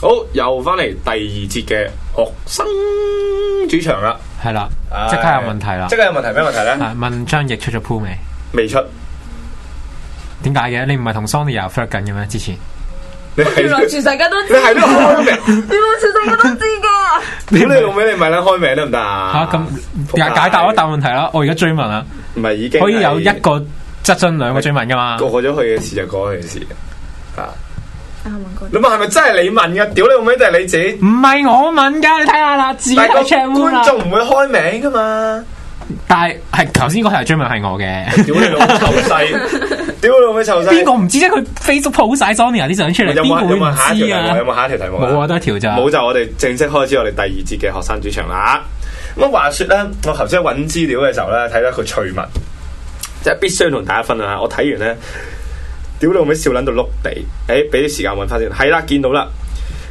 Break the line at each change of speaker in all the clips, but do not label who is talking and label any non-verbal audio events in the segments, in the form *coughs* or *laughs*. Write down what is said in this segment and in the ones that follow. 好，又翻嚟第二節嘅學生主場啦，
係啦，即刻有問題啦
即。刻有問題咩問題咧？
啊問張譯出咗 pool 未？
未出，
點解嘅？你唔係同 Sonya flirt 緊嘅咩？之前
你係
原來全世界都
你
知，原來
係都開名，
*laughs*
全世界都知 *laughs* 㗎。
屌你老味，你咪撚開名得唔得
吓
啊？
咁解解答一答問題啦。哦我而家追問啦，
唔係已經
可以有一
係
個啊質詢兩個追問噶嘛？
過咗去嘅事就過咗去嘅事啊！
啊，文哥，
你問係咪真係你問嘅？屌你老味，定係你自己？
唔係我問㗎，你睇下啦，自己
但係個
check
觀眾唔會開名噶嘛？
但係係頭先嗰題追問係我嘅，
屌你老母臭
*laughs*
細，屌你老味臭細。
邊個唔知啫？佢 Facebook 鋪晒 Sonya 啲相出嚟，
有冇
邊個
有
會唔
冇下一條
知
題
啊
目？有？冇下一條題目？
冇啊，得一條咋。
冇就我哋正式開始我哋第二節嘅學生主場啦。咁話說咧，我頭先揾資料嘅時候咧，睇到一個趣聞，即係必須同大家分享下。我睇完咧，屌你老味笑撚到碌地，誒、俾啲時間揾翻先。係啦，見到啦。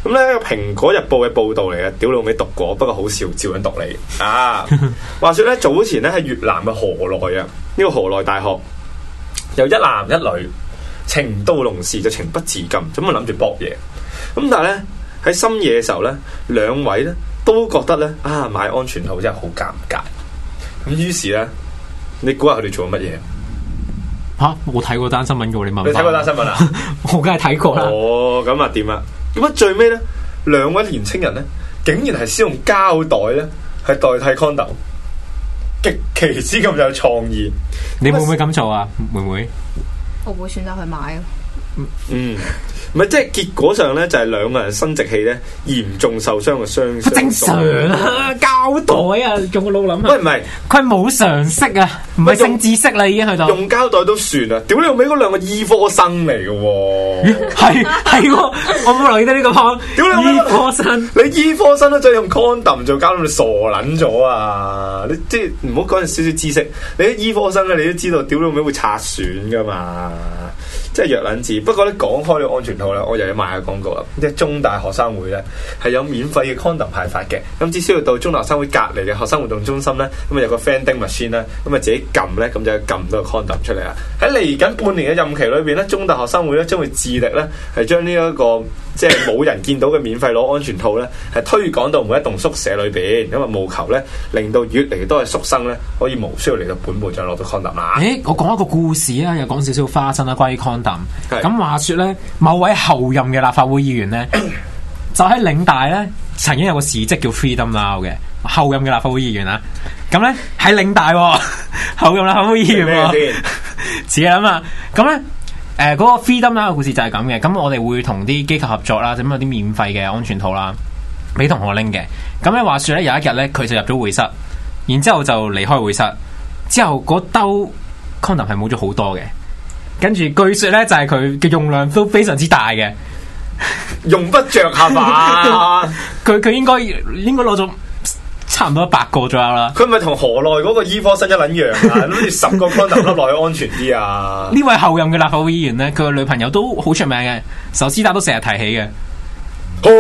咁咧，《蘋果日報》嘅報導嚟嘅，屌你老味讀過，不過好笑，照樣讀你啊！話說咧，早前咧喺越南嘅河內啊，呢、個河內大學有一男一女情到濃時就情不自禁，咁啊諗住搏嘢。咁但係咧喺深夜嘅時候咧，兩位咧都覺得咧啊買安全套真係好尷尬。咁於是咧，你估下佢哋做緊乜嘢？
吓，我睇過單新聞嘅喎，你問
你睇過單新
聞？
聞
*laughs*
啦？
我梗係睇過啦。
哦，咁啊點啊？咁啊最尾咧，兩位年青人咧，竟然係使用膠袋咧，係代替 condom，極其之咁有創意。
你會唔會咁做啊？妹妹，
我會選擇去買啊咯。
嗯，唔係即係結果上咧，就係、兩個人生殖器咧嚴重受傷嘅雙傷。
正常啊，膠袋啊，用個腦諗
喂
下。
唔係。
佢係冇常識啊，唔係性知識啦，已經去到。
用膠袋都算啦，屌你老味嗰兩個醫科生嚟嘅喎，
係係喎，我冇留意到呢個 point。
屌你
醫科生，
你醫科生都再用 condom 做膠袋，你傻撚咗啊！你即係唔好講少少知識，你啲醫科生咧，你都知道，屌你老味會拆損噶嘛，即係弱撚字。不過咧講開呢個安全套咧，我又要賣下廣告啦，即係中大學生會咧係有免費嘅 condom 派發嘅，咁只需要到中大學生會隔離嘅學生活動中心咧，咁啊有個 vending machine 啦，咁啊自己撳咧，咁就撳到個 condom 出嚟啊啦。喺嚟緊半年嘅任期裏邊咧，中大學生會咧將會致力咧係將呢一個即係冇人見到嘅免費攞安全套咧，係推廣到每一棟宿舍裏邊，因為務求咧令到越嚟越多嘅宿生咧可以無需要嚟到本部就攞到 condom 啦。
*laughs* 誒，我講一個故事啊，又講少少花生啦，關於 condom。
係
咁話說咧，某位後任嘅立法會議員 *coughs* 咧，就喺領大咧，曾經有個事蹟叫 Freedom Now 嘅後任嘅立法會議員啊。咁咧喺領大喎， *laughs* 後任立法會議員
咩
喎
先？？
自己諗啊。咁咧，誒、嗰、個 Freedom 啦個故事就係咁嘅。咁我哋會同啲機構合作啦，咁有啲免費嘅安全套啦，俾同學拎嘅。咁咧話説咧，有一日咧，佢就入咗會室，然之後就離開會室，之後嗰兜 condom 係冇咗好多嘅。跟住據說咧，就係佢嘅用量都非常之大嘅。
用不着係嘛？ *laughs*
佢佢應該應該攞咗差唔多一百個左右啦。
佢咪同河內嗰個醫科生一撚樣啊？ *laughs* 諗住十個 condom 粒落去安全啲啊！
呢位後任嘅立法會議員咧，佢嘅女朋友都好出名嘅，壽司打都成日提起嘅。
喂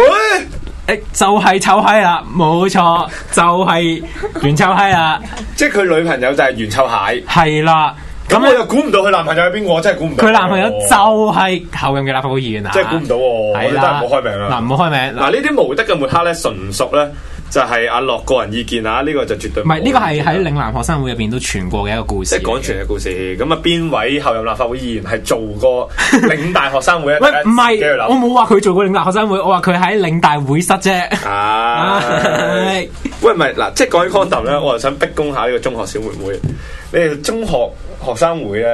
誒，就係臭閪啦，
*laughs*
冇錯，就係原臭閪啦，
即係佢女朋友就係袁臭蟹，
係啦。咁啊
咁我又估唔到佢男朋友係邊個，我真係估唔到。
佢男朋友就係後任嘅立法會議員啊，
哦真係估唔到喎，我哋
係
都
啦，
係唔好開名啦。哦
嗱，唔好開名，
嗱
嗱，
呢啲無德嘅抹黑咧，純屬咧就係阿樂個人意見啊！呢個就絕對
唔係呢個係喺嶺南學生會入邊都傳過嘅一個故
即
事
係。講全嘅故事。咁啊，邊位後任立法會議員係做
*laughs*
過領大學生會啊？
喂
大家，
唔
自己去
係，我
諗
冇話佢做過嶺南學生會，我話佢喺嶺大會室啫。
啊！
*laughs* 唉
喂，唔係嗱，即係講起 condom 咧，我又想逼供下呢個中學小妹妹。你哋中學學生會咧，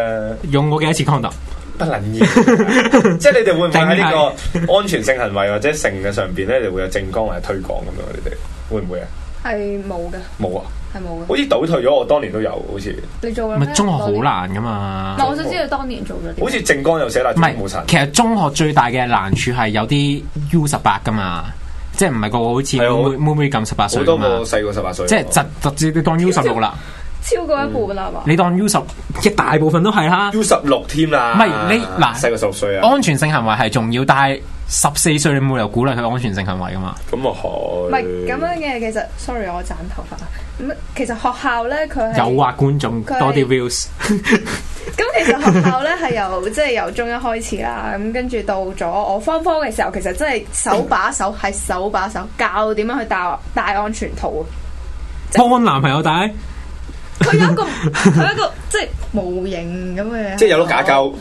用過幾多次 condom？
不能
*laughs*
言，即係你哋會唔會喺呢
定
個安全性行為或者性嘅上邊咧，你哋會有政綱或者推廣咁樣？你哋會唔會啊？
係冇嘅，
冇啊，
係冇嘅。
好似倒退咗，我當年都有，好似
你做
唔
咩？
係中學好。難噶嘛
唔係，。我想知道當年做咗啲
好
咩。
似政綱有寫，但
唔
係冇
係
神，。
其實中學最大嘅難處係有啲 U 十八噶嘛，即係唔係個個好似
係啊我
妹妹妹咁十八歲
好
㗎
多
嘛。
個細過十八歲，
即係直直接你當 U 十六啦，
超過一半啦嘛。
嗯
你當 U 十一大部分都係啦。
U 十六添啦，
唔係你嗱
細過十六歲啊，
安全性行為係重要，但係十四歲你冇理由鼓勵佢安全性行為噶嘛？
咁啊好，
唔係咁啊樣嘅，其實 sorry，我斬頭髮。咁其實學校咧，佢係
啊誘惑觀眾
佢係
多啲 views，
咁其實學校咧係由即係由中一開始啦，咁跟住到咗我方科嘅時候，其實真係手把手係手把手教點樣去戴戴安全套啊！
幫男朋友戴，
佢有一
*laughs*
個佢有一個即係模型咁嘅，
即係有碌假膠，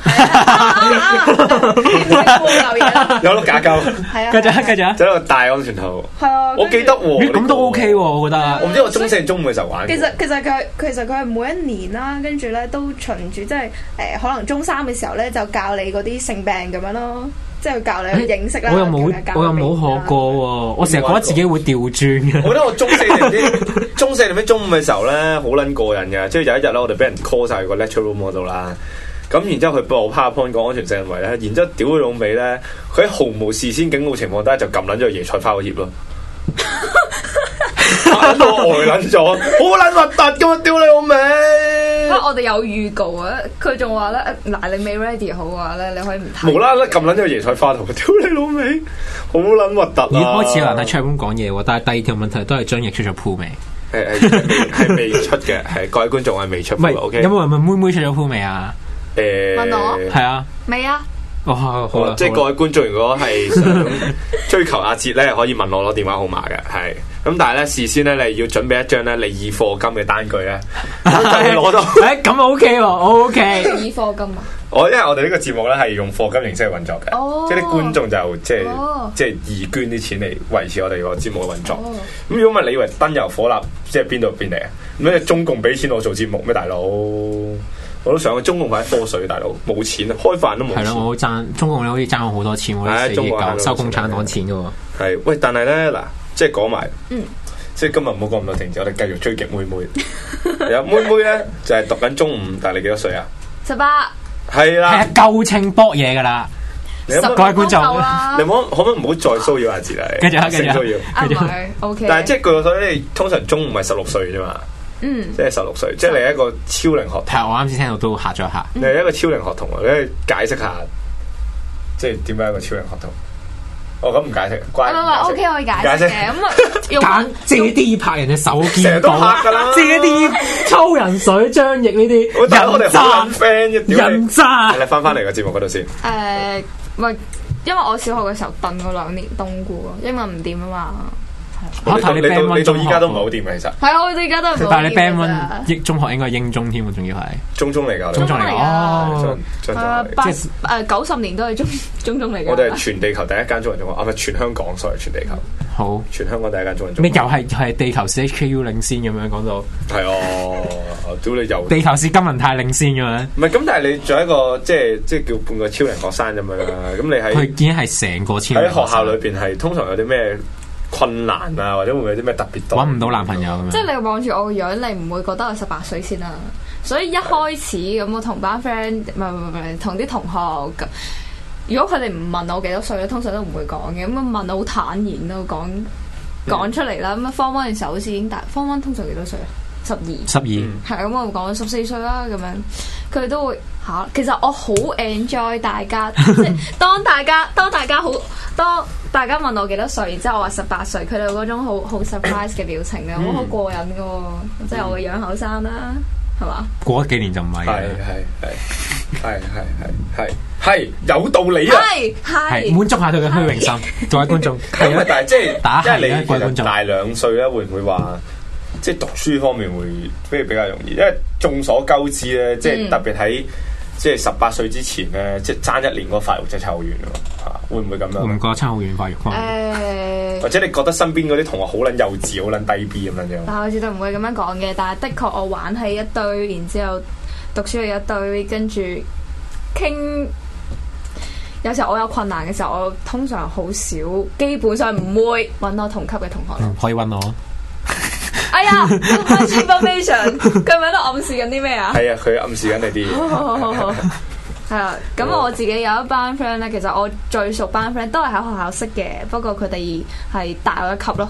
留嘢啦，
有碌假膠，
係啊，
繼續啊，繼續啊，
就喺度戴安全套。
係啊，
我記得喎，
咦
呢個
咁都 OK 喎，我覺得。
我唔知我中四中五嘅時候玩過。
其實其實佢其實佢係每一年啦，跟住咧都循住即係誒，可能中三嘅時候咧就教你嗰啲性病咁樣咯，即係教你去認識啦。
我又冇
同埋教你
我又冇學過喎，我成日覺得自己會調轉
我
嘅。
覺得我中四定
*laughs*
唔知中四定唔知中五嘅時候咧，好撚過癮嘅。即係有一日咧，我哋俾人 call 晒去個 lecture room 嗰度啦。咁然之後佢播 PowerPoint 講安全性行為咧，然之後屌佢老尾咧，佢喺毫無事先警告情況底下就撳撚咗個椰菜花個葉咯。嚇到我呆撚咗，好撚核突噶嘛！屌你老
不
味，
過我哋有預告啊，佢仲話咧，嗱你未 ready 好嘅話咧，你可以唔睇。
無啦啦撳撚咗個椰菜花同，屌你老味，好撚核突
咦，
啊！
開始有人喺 chat room 講嘢喎，但係第二條問題都係張譯出咗鋪未？
係係係未出嘅，係各位觀眾係未出
唔係
嘅。O K，
有冇人問妹妹出咗鋪未啊？
誒
問我
係啊，
未啊？
哦，好啦
哦，即係
好 *laughs*
各
啦
位觀眾，如果係想追求阿哲咧，可以問我攞電話號碼嘅，係。咁但係咧，事先咧，你要準備一張咧，你以課金嘅單據咧，咁就要攞到。
*laughs* 誒咁啊 OK 喎，OK。
以課金啊？
我因為我哋呢個節目咧係用課金形式去運作嘅，
哦
即係啲觀眾就即係、
哦
即係義捐啲錢嚟維持我哋個節目嘅運作。
哦
咁、如果唔係，你以為燈油火蠟即係邊度邊嚟啊？咩中共俾錢我做節目咩，大佬？我都想去中共買科水，大佬冇錢啊，開飯都冇
係
錢
咯，。我好爭中共你好似爭我好多錢喎，
唉
四
中
億
國係
九
咯
收共產黨錢嘅喎。
係喂，但係咧嗱，即係講埋，
嗯
即係今日唔好講咁多停止，我哋繼續追擊妹
*laughs*
妹。有妹妹咧就係讀緊中五，但係你幾多歲啊？
十八，
係
係
啦
啊，，夠稱搏嘢㗎啦。
你可唔
各
可
位觀眾
夠啦
你，可唔可可唔可唔好再騷擾阿哲啊？
*laughs* 繼續啊
性
繼續啊
騷擾。
啊唔係，OK。
但係即係據我所知，你通常中五係十六歲啫嘛，
嗯，
即係十六歲，即係你係一個超齡學童，
睇下我啱先聽到都嚇咗一下。
你係一個超齡學童啊！你可以解釋下，即係點解一個超齡學童？哦，咁唔解釋，
唔
乖。
係唔
啊
唔解釋
係，OK 我解釋嘅。咁啊，用
揀借啲拍人嘅手
成
機
日都
到
嚇㗎啦
借啲抽人水、張翼呢
喂大佬
啲
我哋好
人渣
撚 friend 嘅，屌你
人！渣
係。啦，翻翻嚟個節目嗰度先。
誒，呃唔係因為我小學嘅時候燉過兩年冬菇啊，英文唔掂啊嘛。
我
你到
睇你
你
band
到
one
你到
中
依
學
家都唔係好掂嘅，其實
係啊，我到而家都係冇。
但係你 band one 英中學應該係英中添喎，啊仲要係
中中嚟㗎，
中中嚟
嚟
㗎
㗎
哦
中。中中
啊
嚟，
即
八
係
誒九十年都係中 *laughs* 中中嚟嘅。
我哋係全地球第一間中文中學，啊唔係全香港，sorry，全地球，
好
全香港第一間中文中
咩？
學
又。係又係地球是 HKU 領先咁樣講到，
係啊，我屌你又
地球是金文泰領先咁樣，
唔係咁，但係你做一個即係即係叫半個超齡學生咁樣啦。咁你
佢
喺
已經係成個超
喺學校裏邊係通常有啲咩困難啊，或者會唔會有啲咩特別多？
揾唔到男朋友咁樣。
即係你望住我個樣，你唔會覺得我十八歲先啦。所以一開始咁，我同班 friend 唔係唔係唔係同啲同學咁。如果佢哋唔問我幾多歲咧，通常都唔會講嘅。咁啊問我好坦然咯，講講出嚟啦。咁啊，form one 嘅時候好似已經大 form one 通常幾多歲啊？十二。
十二
嗯。
係咁，我講十四歲啦，咁樣佢哋都會嚇、其實我好 enjoy 大家， *laughs* 即係當大家當大家好當大家問我幾多歲，然之後我話十八歲，佢哋嗰種好好 surprise 嘅表情咧，我好過癮嘅喎，即係我嘅樣後生啦，係嘛？
過咗幾年就唔
係
係嘅，
係係係係係係有道理啊！
係
係
係
滿足下佢嘅虛榮心。各位
*laughs*
觀眾，
咁
係
啊
啊，
但係即係
打
即係
氣
你
啊
其
各位觀
實
眾
大兩歲咧，會唔會話即係讀書方面會比比較容易？因為眾所周知咧，即係
嗯
特別喺即係十八歲之前咧，即係爭一年嗰個發育就差好遠㗎嘛嚇，啊會唔會咁
我唔
樣？
覺得差好遠塊肉
誒。
或者你覺得身邊嗰啲同學好撚幼稚、好撚低 B 咁樣樣？
但係我絕對唔會咁樣講嘅，但係的確我玩起一堆，然之後讀書嘅一堆，跟住傾。有時候我有困難嘅時候，我通常好少，基本上唔會揾我同級嘅同學。
嗯可以揾我。
哎呀 information，佢咪喺度暗示緊啲咩啊？
係啊，佢暗示緊你啲嘢。
係啊，咁我自己有一班 friend 咧，其實我最熟班 friend 都係喺學校識嘅，不過佢哋係大我一級咯，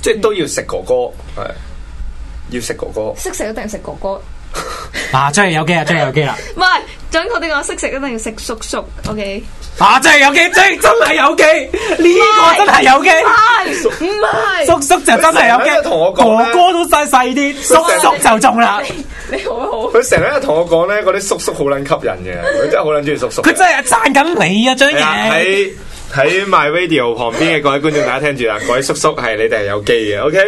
即係都要食哥哥，係要食哥哥。
識食一定食哥哥。
嗱，真係有機啊，真係有機啦！
唔係，準確啲講，識食一定要食叔叔，OK？
*laughs* 啊，真係有機，真真係有機，呢個真係有機。
係唔係？係
叔叔就真係有
佢成日
驚，
都同我
哥
講咧
哥都細細啲，叔叔就中啦。
你好好。
佢成日都同我講咧，嗰啲叔叔好撚吸引嘅，佢真係好撚中意叔叔嘅。
佢真係讚緊你啊，張
係啊
嘢。
喺喺 My Radio 旁邊嘅各位觀眾，大家聽住啦，啊各位叔叔係你哋係有機嘅，OK。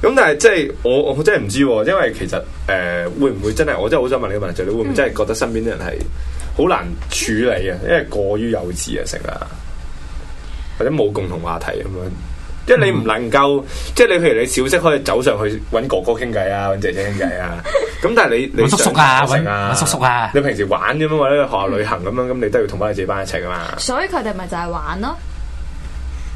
咁但係即係我我真係唔知喎，因為其實誒、呃、會唔會真係我真係好想問你個問題，就係你會唔會真係覺得身邊啲人係好難處理啊？因為過於幼稚啊，成啊，或者冇共同話題咁樣。即係你唔能夠，即係你譬如你小息可以走上去揾哥哥傾偈啊，揾姐姐傾偈啊。咁但係你你
揾叔叔啊
上堂
揾揾叔叔啊
你平時玩咁樣或者去學校旅行咁樣，咁你都要同翻你自己班一齊噶嘛。
所以佢哋咪就係玩咯，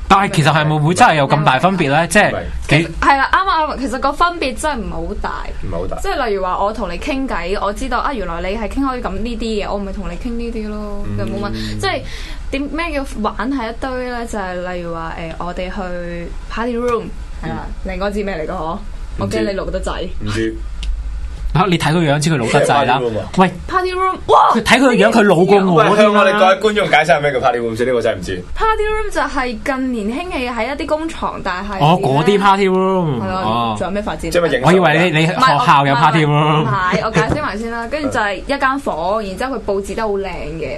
但係其實係咪會真係有咁大分別咧？即係幾
係啦，啱啊啱啊。其實個分別真係唔係好大，
唔係好大。
即係例如話我同你傾偈，我知道啊，原來你係傾開咁呢啲嘅，我咪同你傾呢啲咯，
嗯
就冇問。即係點咩叫玩係一堆咧？就係、例如話誒、我哋去 party room 係啦，
嗯
你應該知咩嚟嘅嗬？我
唔知
驚你老得滯。
唔知
嚇啊你睇佢樣知佢老得滯啦
咩玩意。
喂，
party room，哇！
佢睇佢樣，佢老過
喂，
我
向
添
我哋各
啦。
位觀眾解釋下咩叫 party room 先，呢個真係唔知。
party room 就係近年興起喺一啲工廠大廈。
哦，嗰啲 party room
係啊咯，
哦
仲，有咩發展？
即係咪影？
我以為 *laughs* 你你
唔係
學校有 party
唔
room。
係，我解釋埋
*laughs*
先啦。跟住就係一間房，然之後佢佈置得好靚嘅，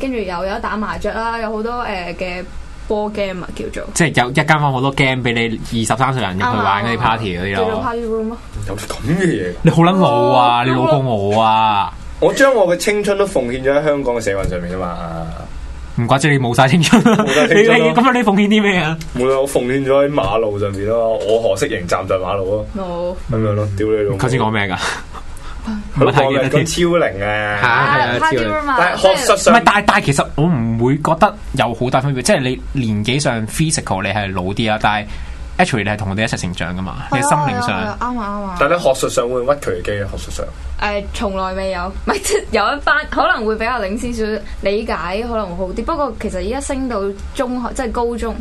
跟住又有得打麻雀啦，有好多誒嘅 ball game 啊，叫做
即係有一間房好多 game 俾你二十三歲人入去玩嗰啲 party 嗰啲
叫做
咯。
party room 咯。
有啲咁嘅嘢㗎。
你好撚老
哦
啊！你老過我啊！
我將我嘅青春都奉獻咗喺香港嘅社運上面啫嘛。
唔怪之你冇晒青春啦！
冇
你
晒青春咯
你 *laughs* 咁你奉獻啲咩啊？
冇啦，我奉獻咗喺馬路上面咯。我何適型站在馬路咯，
冇
咁樣
嗯
咯。屌你老母！
頭先講咩噶？唔
佢
係太
講
記
嘅
得添。唔
講超齡啊，
啊係啊
party
知道
room
但係
啊，即
學
係
術上
係，但係但係其實我唔會覺得有好大分別，即係你年紀上 physical 你係老啲啦，但係 actually 你係同我哋一齊成長噶嘛，你
係啊
心靈
係
上
啊。啱啊啱
但係
啊。
你學術上會屈佢嘅機啊，學術上。
誒，從來未有， *laughs* 唔係即係有一班可能會比較領先少少，理解可能會好啲。不過其實依家升到中學，即係高中。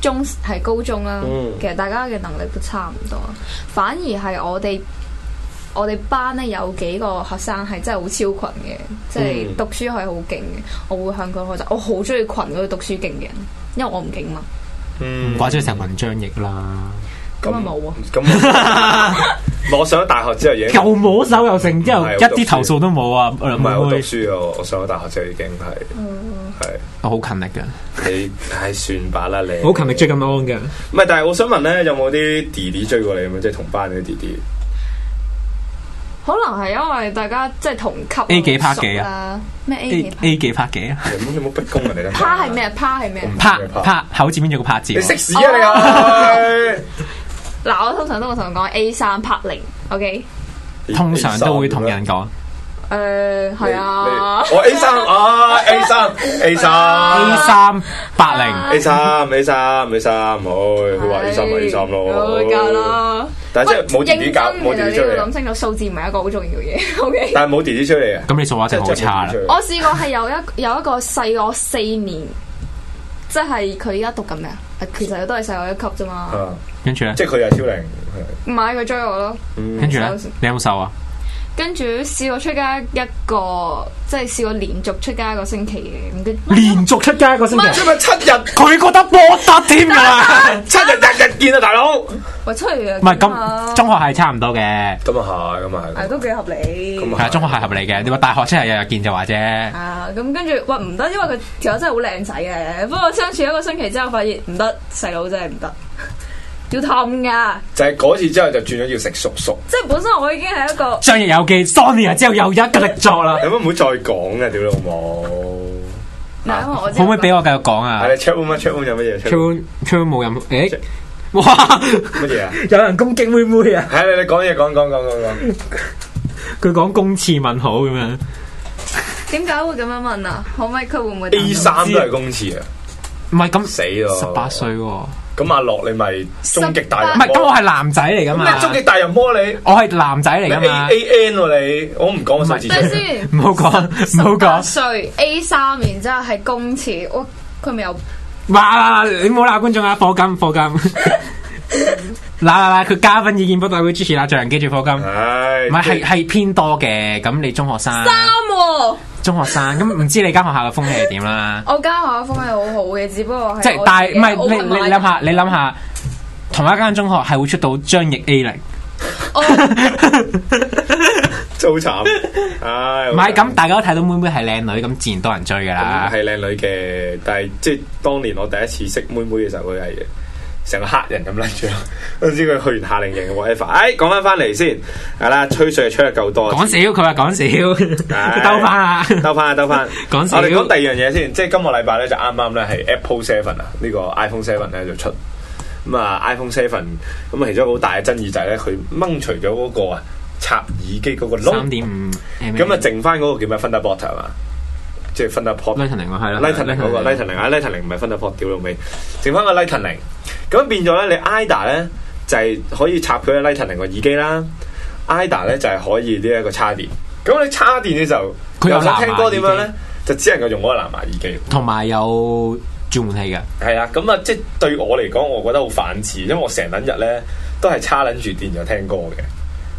中係高中啦，
嗯
其實大家嘅能力都差唔多，反而係我哋我哋班咧有幾個學生係真係好超群嘅，即
嗯
係讀書係好勁嘅。我會向佢學習，我好中意群嗰啲讀書勁嘅人，因為我唔勁嘛，
嗯
唔怪之佢成文章譯啦，
咁啊冇啊。
咁
*laughs*
我我上咗大學之後已經
又摸手又剩，之後
啊唔係
一
我讀書
啲投訴都冇啊！
唔係我讀
妹妹
書啊，我我上咗大學之後已經係係
我好勤力嘅，
你唉算吧啦你。
好勤力追緊安嘅。
唔係，但係我想問咧，有冇啲弟弟追過你咁樣，即係同班嗰啲弟弟？
可能係因為大家即係同級
A 幾 part
熟
幾啊
啦？咩 A 幾
A A 幾拍幾啊？
有冇有冇逼供人哋咧？
part？part 係？咩？part 係咩？
拍拍口字邊有個拍字
你，食屎啊你啊！
嗱，我通常都會同人講 A 三 part 零，OK？
通常都會同人講。
誒係啊
你，你我 A 三啊，A 三，A 三
A 三八零，
，A 三，A 三，A 三，唉，佢話 A 三咪 A 三咯，
梗係啦。
但係即係冇弟弟
認真
搞，冇
其
弟
實
弟
你
追
要
你啊
諗，清楚數字唔係一個好重要嘅嘢，OK？
但係冇弟弟追你啊，
咁你數下真係好差啦
即係。冇
我試過係有一有一個細我四年，即係佢而家讀緊咩啊？其實都係細我一
弟弟
級啫
追你
嘛。
啊
跟住咧，
即係佢又係超齡，
唔係佢追我咯，
嗯
跟住咧，你有冇瘦啊？
跟住試過出街一個，即係試過連續出街一個星期嘅，唔知
連續出街一個星期
即係咪七日
佢覺得波得添㗎
*laughs*
啦。
七日日日見啊，大佬！
喂出嚟啊！
唔係咁，中學係差唔多嘅，
咁啊係，咁啊
係
係，
都幾合理。
咁
係啊，中學係合理嘅。你話大學真係日日見就話啫。
啊，咁跟住，喂唔得，因為佢條友真係好靚仔嘅。不過相處一個星期之後，發現唔得，細佬真係唔得，要氹噶。
就係嗰次之後就轉咗要食叔叔。
即係本身我已經係一個
張翼有記 Sonia 之後又一個力作啦。
有乜唔好再講嘅，屌你老母！
嗱，因為我知
可唔可以俾我繼續講啊
係你 check room 啊，check room 有乜嘢
t r
？check room
u t r u 冇任誒，哇！
乜嘢啊？
*laughs* 有人攻擊妹妹啊！
係你你講嘢，講講講講
嗯
講。
佢講公廁問好咁樣，
點解會咁樣問啊？可唔可以佢會唔會
A 三都係公廁啊，
唔係咁
死咯！
十八歲喎，唔
咁阿樂你咪終極大人
係咁
魔
我係男仔嚟㗎
咩？終極
嘛，
大人魔你
我係男仔嚟
你
㗎嘛
A，A N 喎你，我唔講個數字出
等陣
嚟。
先，
唔好講唔好
十八
講，
歲 A 三，然之後係公廁，我佢咪有
哇！你唔好鬧觀眾啊，課金課金，嗱嗱嗱，佢嘉賓意見不代表支持啦，做人記住課金。
唉，
唔係係係偏多嘅，咁你中學生，
三喎？
中學生咁唔知你間學校嘅
*laughs*
風氣係點啦？
我家下嘅風氣好好嘅，只不過係
即係但係唔係你你你諗下，你諗下同一間中學係會出到張譯 A 零，
哦，
真係好慘。唉，
唔
好
係
慘
咁大家都睇到妹妹係靚女，咁自然多人追噶啦
咁。係靚女嘅，但係即係當年我第一次識妹妹嘅時候，佢係成個黑人咁拎住我，唔知佢去完夏令營 whatever。唉，講翻翻嚟先，係啦，吹水就吹得夠多，
講少，佢話講
唉
少，兜翻啦。
兜翻啊，兜翻。
講少
我哋講第二樣嘢先，即係今個禮拜咧就啱啱咧係 Apple Seven 啊，呢個 iPhone Seven 咧就出。咁啊，iPhone Seven 咁啊，其中一個好大嘅爭議就係咧，佢掹除咗嗰個啊插耳機嗰個
三
窿，
點五，
咁啊，剩翻嗰個叫咩 Thunderbolt 係嘛？即係 Thunderport 啊
拉騰零係啦
l i g h t e n i n 嗰個 l i g h t e n i n 啊 l i g h t e n i n 唔係分得破屌老味，剩翻個 l i g h t e n i n 咁變咗咧，你 IDA 咧就係、可以插佢嘅 l i g h t e n i n 個耳機啦，IDA 咧就係、可以呢一個叉電。咁你叉電嘅時候，
佢有
又想
藍牙
聽歌點樣
耳
咧？就只能夠用嗰個藍牙耳機。
同埋有轉換器嘅。
係啊，咁啊，即係對我嚟講，我覺得好反智，因為我成撚日咧都係叉撚住電就聽歌嘅。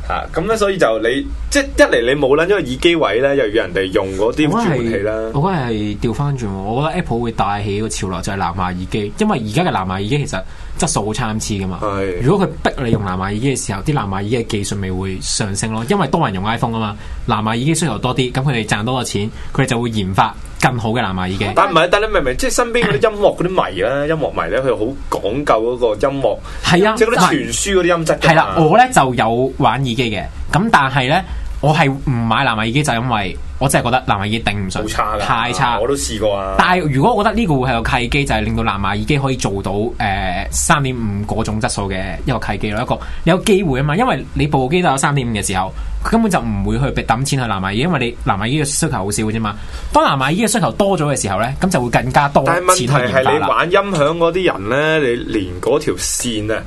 嚇咁咧，所以就你即係一嚟你冇撚咗個耳機位咧，又要人哋用嗰啲轉
我
換
覺得係
器啦。
我覺得係調翻轉喎，我覺得 Apple 會帶起個潮流就係藍牙耳機，因為而家嘅藍牙耳機其實質素好參差噶嘛。
係
如果佢逼你用藍牙耳機嘅時候，啲藍牙耳機嘅技術咪會上升咯，因為多人用 iPhone 啊嘛，藍牙耳機需求多啲，咁佢哋賺多咗錢，佢哋就會研發更好嘅藍牙耳機。
但唔係，但你明唔明？即係身邊嗰啲音樂嗰啲迷啊咧，音樂迷咧，佢好講究嗰個音樂，
係啊，
即係嗰啲
嗱
傳輸嗰啲音質㗎嘛。
係啦，哦我咧就有玩耳機嘅，咁但係咧，我係唔買藍牙耳機就因為我真係覺得藍牙耳機頂唔順，
好差㗎，
太差
我。都試過啊。
但係如果我覺得呢個會係個契機，就係、令到藍牙耳機可以做到誒三點五嗰種質素嘅一個契機咯，一個你有機會啊嘛，因為你部機都有三點五嘅時候，佢根本就唔會去俾抌錢去藍牙耳機，因為你藍牙耳機嘅需求好少嘅啫嘛。當藍牙耳機嘅需求多咗嘅時候咧，咁就會更加多
但係問
錢去
題
研
係
發
你
啦。
玩音響嗰啲人咧，你連嗰條線啊。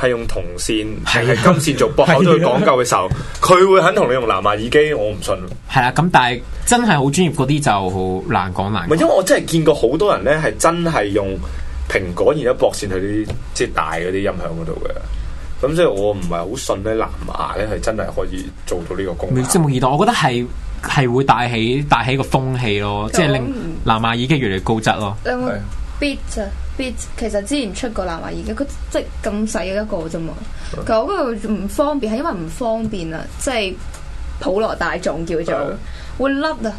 係用銅線
係啊
定係金線做駁口都去講究嘅時候，佢會肯同你用藍牙耳機，我唔信。唔
係啦，咁但係真係好專業嗰啲就好難講難講
係因為我真係見過好多人咧，係真係用蘋果而家駁線去啲即係大嗰啲音響嗰度嘅。咁所以我唔係好信咧，藍牙咧係真係可以做到呢個功能。
即係冇耳朵，我覺得係係會帶起帶起個風氣咯， *laughs* 即係令藍牙耳機越嚟越高質咯。
你有冇
係
Beat 啊？Beat 其實之前出過藍牙耳機，佢即係咁細嘅一個啫嘛。
嗯
佢我嗰個唔方便係因為唔方便啊，即係普羅大眾叫做
係
會甩啊！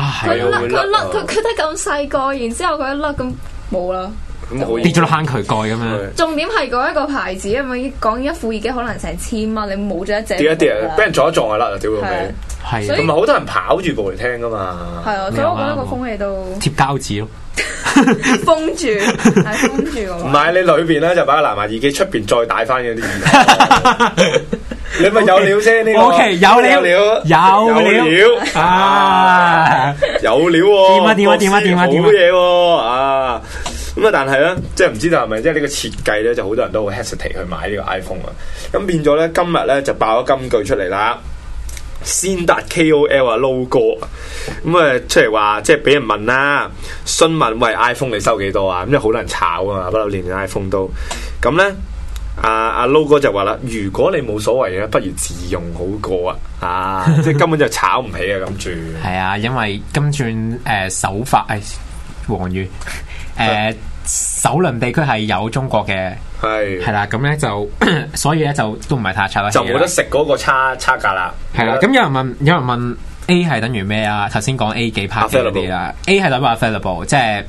啊，
佢
係
係
啊
甩
會
佢
甩
甩
啊
佢佢得咁細個，然之後佢一甩咁冇啦。
咁好
跌咗落坑渠蓋咁樣。
重點係嗰一個牌子啊嘛，講一副耳機可能成千蚊，你冇咗一隻
跌一跌啊
冇啦，
俾人撞一撞就甩啦，屌老
係
味
啊！
係
所
啊
以
同埋好多人跑住部嚟聽噶嘛，
係啊，所以我覺得個風氣都
貼膠紙咯，
封住，係封住嘅
唔
話。
係你裏邊咧就擺個藍牙耳機，出邊再戴翻嗰啲耳機， *laughs* 你咪有料先呢個
OK，有
有
料有料
料
啊！
有料喎，
掂啊掂啊
博士
掂啊掂啊掂啊
好嘢喎啊！咁啊，但係咧，即係唔知道係咪即係呢個設計咧，就好多人都好 hesitate 去買呢個 iPhone 啊。咁變咗咧，今日咧就爆咗金句出嚟啦。先達 KOL 啊撈哥咁啊出嚟話，即係俾人問啦，詢問喂 iPhone 你收幾多啊？咁有好多人炒啊嘛，不嬲年年 iPhone 都咁咧。阿阿 Low 哥就話啦，如果你冇所謂嘅，不如自用好過啊！啊，即係根本就炒唔起啊咁住。
*laughs* 係啊，因為今轉誒首發誒黃宇誒首輪地區係有中國嘅，
係
係啦，咁咧就 *coughs* 所以咧就都唔係太差啦，
就冇得食嗰個差差價啦。
係啦。咁有人問，有人問 A 係等於咩啊？頭先講 A 幾 part 嗰啲啦，A 係代表 available，即係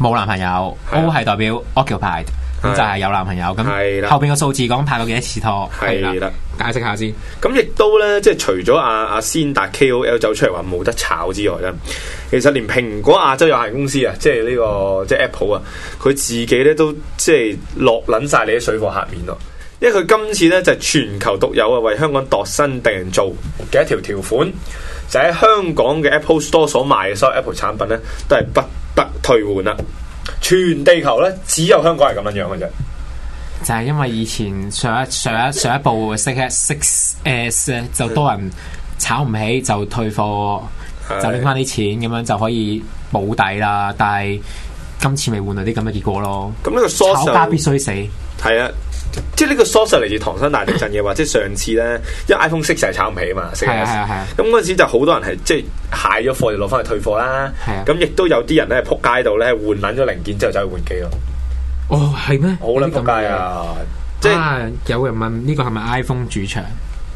冇男朋友
係啊
；O 係代表 occupied，咁就係有男朋友。
係啦
咁後邊個數字講拍過幾多次拖，
係啦，
解釋下先。
咁亦都咧，即係除咗阿阿先達 KOL 走出嚟話冇得炒之外咧，其實連蘋果亞洲有限公司啊，即係呢、個即係 Apple 啊，佢自己咧都即係落撚晒你啲水貨客面咯。因為佢今次咧就係全球獨有啊，為香港度身訂造嘅一條條款，就喺香港嘅 Apple Store 所賣嘅所有 Apple 產品咧，都係不得退換啦。全地球咧只有香港係咁樣樣嘅啫。
就係因為以前上一上一上一部 Six Six S 就多人炒唔起，就退貨，
係
就拎翻啲錢咁樣就可以保底啦。但係今次咪換到啲咁嘅結果咯，
咁呢個 source
炒
就
家必須死，係
係啊，即係呢個 source 係嚟自唐山大地震嘅，或者上次咧，因為 iPhone Six 係炒唔起啊嘛，四
啊係啊係啊，
咁嗰陣時就好多人係即係蟹咗貨就攞翻去退貨啦
係啊，
咁亦都有啲人咧喺撲街度咧換撚咗零件之後走去換機咯，
哦係咩？
好撚撲街！啊！即係
啊有人問呢個係咪 iPhone 主場？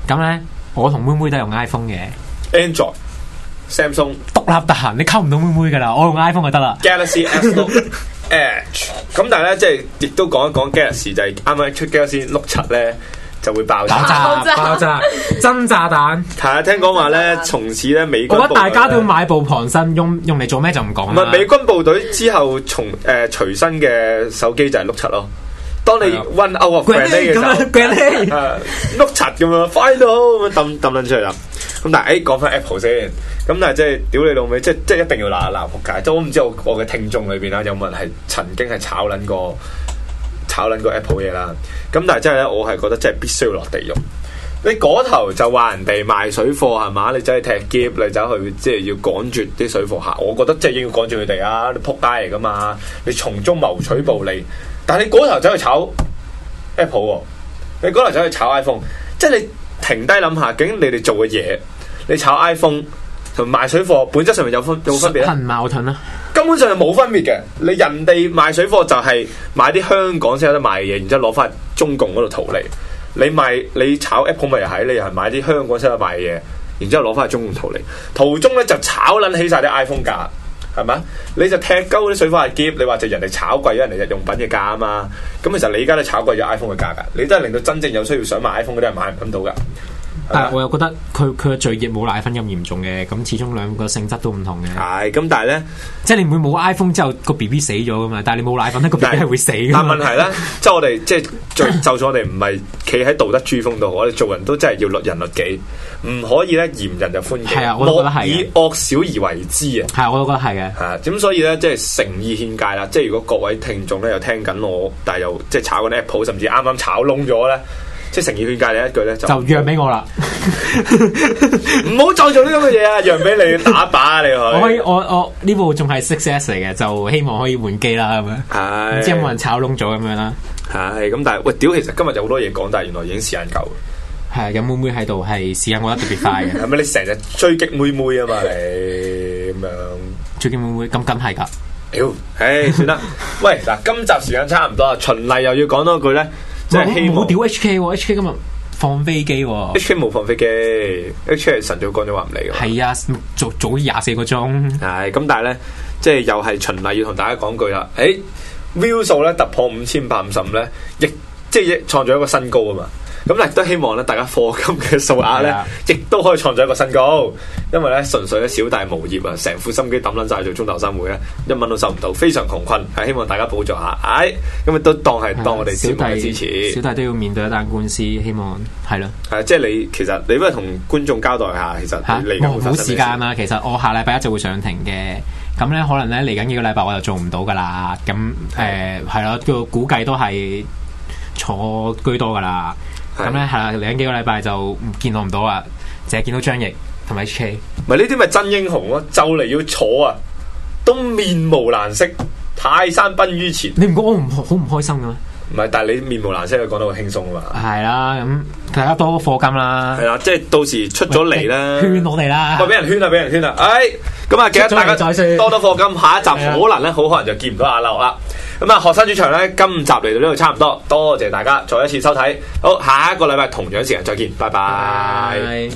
咁咧，我同妹妹都係用 iPhone 嘅，
Android、Samsung、
獨立得閒，你溝唔到妹妹噶啦，我用
*laughs*
iPhone 就得啦。
Galaxy S 六
*laughs*
Edge。咁但係咧，即係亦都講一講 Galaxy 就係啱啱出 Galaxy 六七咧就會爆
爆
炸。
炸
爆炸
爆炸真炸彈！
係啊，聽講話咧，從此咧美軍
我覺
部
得
隊
大家都要
呢
買部旁身，用用嚟做咩就唔講
唔
啦
係。美軍部隊之後從誒隨身嘅手機就係碌柒咯。當你
係啊
one out of
鬼
grand 嘅時
咁啊
候
樣，，鬼咧
*laughs* 誒碌柒咁樣，final 咁樣啊抌抌撚出嚟啦。咁但係誒講翻 Apple 先，咁但係即係屌你老味，即係即係一定要鬧一鬧仆街。即係我唔知我我嘅聽眾裏邊啊啦，有冇人係曾經係炒撚過炒撚過 Apple 嘢啦。咁但係真係咧，我係覺得真係必須要落地獄。你嗰頭就話人哋賣水貨係嘛？你走去踢劫，你走去即係要趕絕啲水貨客。我覺得即係應該趕住佢哋啊！你撲街嚟噶嘛？你從中謀取暴利，但係你嗰頭走去炒 Apple 喎、你嗰頭走去炒 iPhone，即係你停低諗下，究竟你哋做嘅嘢，你炒 iPhone 同賣水貨本質上面有分有冇分別啊
*laughs*
咧？
很矛盾啦。
根本上係冇分別嘅。你人哋賣水貨就係買啲香港先有得賣嘅嘢，然之後攞翻中共嗰度逃離。你賣你炒 Apple 咪又係，你又係買啲香港先有得賣嘅嘢，然之後攞翻去中共逃離。途中咧就炒撚起晒啲 iPhone 價。係咪你就踢鳩啲水貨客劫，你話就人哋炒貴咗人哋日用品嘅價啊嘛。咁其實你而家都炒貴咗 iPhone 嘅價格，你都係令到真正有需要想買 iPhone 嗰啲人買唔到㗎。
但係我又覺得佢佢嘅罪孽冇奶粉咁嚴重嘅，咁始終兩個性質都唔同嘅。
係咁，但係咧。
即係你唔會冇 iPhone 之後個 B B 死咗噶嘛，但係你冇奶粉咧個 B
但
B 係會死
但
噶嘛。
問題咧，即係我哋即係
*laughs*
最，就算我哋唔係企喺道德珠峰度，我哋做人都真係要律人律己，唔可以咧嚴人就寬己，
係啊我都覺得係
惡
嘅
以惡小而為之啊！
係，我都覺得係嘅。
啊，咁所以咧，即係誠意勸戒啦。即係如果各位聽眾咧又聽緊我，但係又即係炒緊 Apple，甚至啱啱炒窿咗咧，即係誠意勸戒你一句咧，就
就讓俾我啦，
唔好再做呢咁嘅嘢啊！讓俾你打靶你
*laughs* 我可以
去，
我我呢部仲係 6S 嚟嘅，就希望可以換機啦咁樣，
係
唔知有冇人炒窿咗咁樣啦。
係咁，但係喂，屌，其實今日有好多嘢講，但係原來已經時間夠啦。
係啊有妹妹喺度係時間過得特別快
*laughs*
嘅，
係咪你成日追擊妹妹啊嘛？你咁樣，
最近妹妹咁梗係㗎，
屌，唉，算啦。 *laughs* 喂，嗱，今集時間差唔多啦，循例又要講多句咧，即係希
唔好
望
屌 H K 喎，H K 今日放飛機喎，
H K 冇放飛機，H K 晨早講咗話唔嚟㗎嘛。
係啊，早早廿四個鐘，
係咁，但係咧，即係又係循例要同大家講句啦。誒、view 數咧突破五千五百五十五咧，亦即係創造一個新高啊嘛。咁但係都希望咧，大家課金嘅數額
係
咧
啊，
亦都可以創造一個新高。因為咧，純粹咧小弟無業啊，成副心機抌撚晒做中大生會咧，一蚊都收唔到，非常窮困。係希望大家補助下，唉、咁啊都當係當我哋節
小
目嘅支
弟
持。
小弟都要面對一單官司，希望係咯
係即係你其實你不如同觀眾交代下，其實
嚇，
你嚟緊
冇
會發生
冇
咩事
時間啦。其實我下禮拜一就會上庭嘅，咁咧可能咧嚟緊幾個禮拜我就做唔到㗎啦。咁誒係咯，個估計都係坐居多㗎啦。
係
咁咧係啦，嚟緊幾個禮拜就唔見到唔到啦，淨係見到張譯同埋 H K。
唔係呢啲咪真英雄咯，就嚟要坐啊，都面無難色，泰山崩於前。
你唔覺得我唔好唔開心嘅咩？
唔係，但係你面無難色，佢講得好輕鬆啊嘛。
係啦，咁大家多課金啦
係，啦，即係到時出咗嚟啦，
*laughs* 圈我哋啦
喂，。俾人圈啊啦，俾人圈啦。唉，咁啊，記得
出咗嚟
大家
再算
多多課金，下一集
係啊
可能咧，好可能就見唔到阿劉啦。咁啊，學生主場咧，今集嚟到呢度差唔多，多謝大家再一次收睇。好，下一個禮拜同樣時間再見，拜拜。
拜。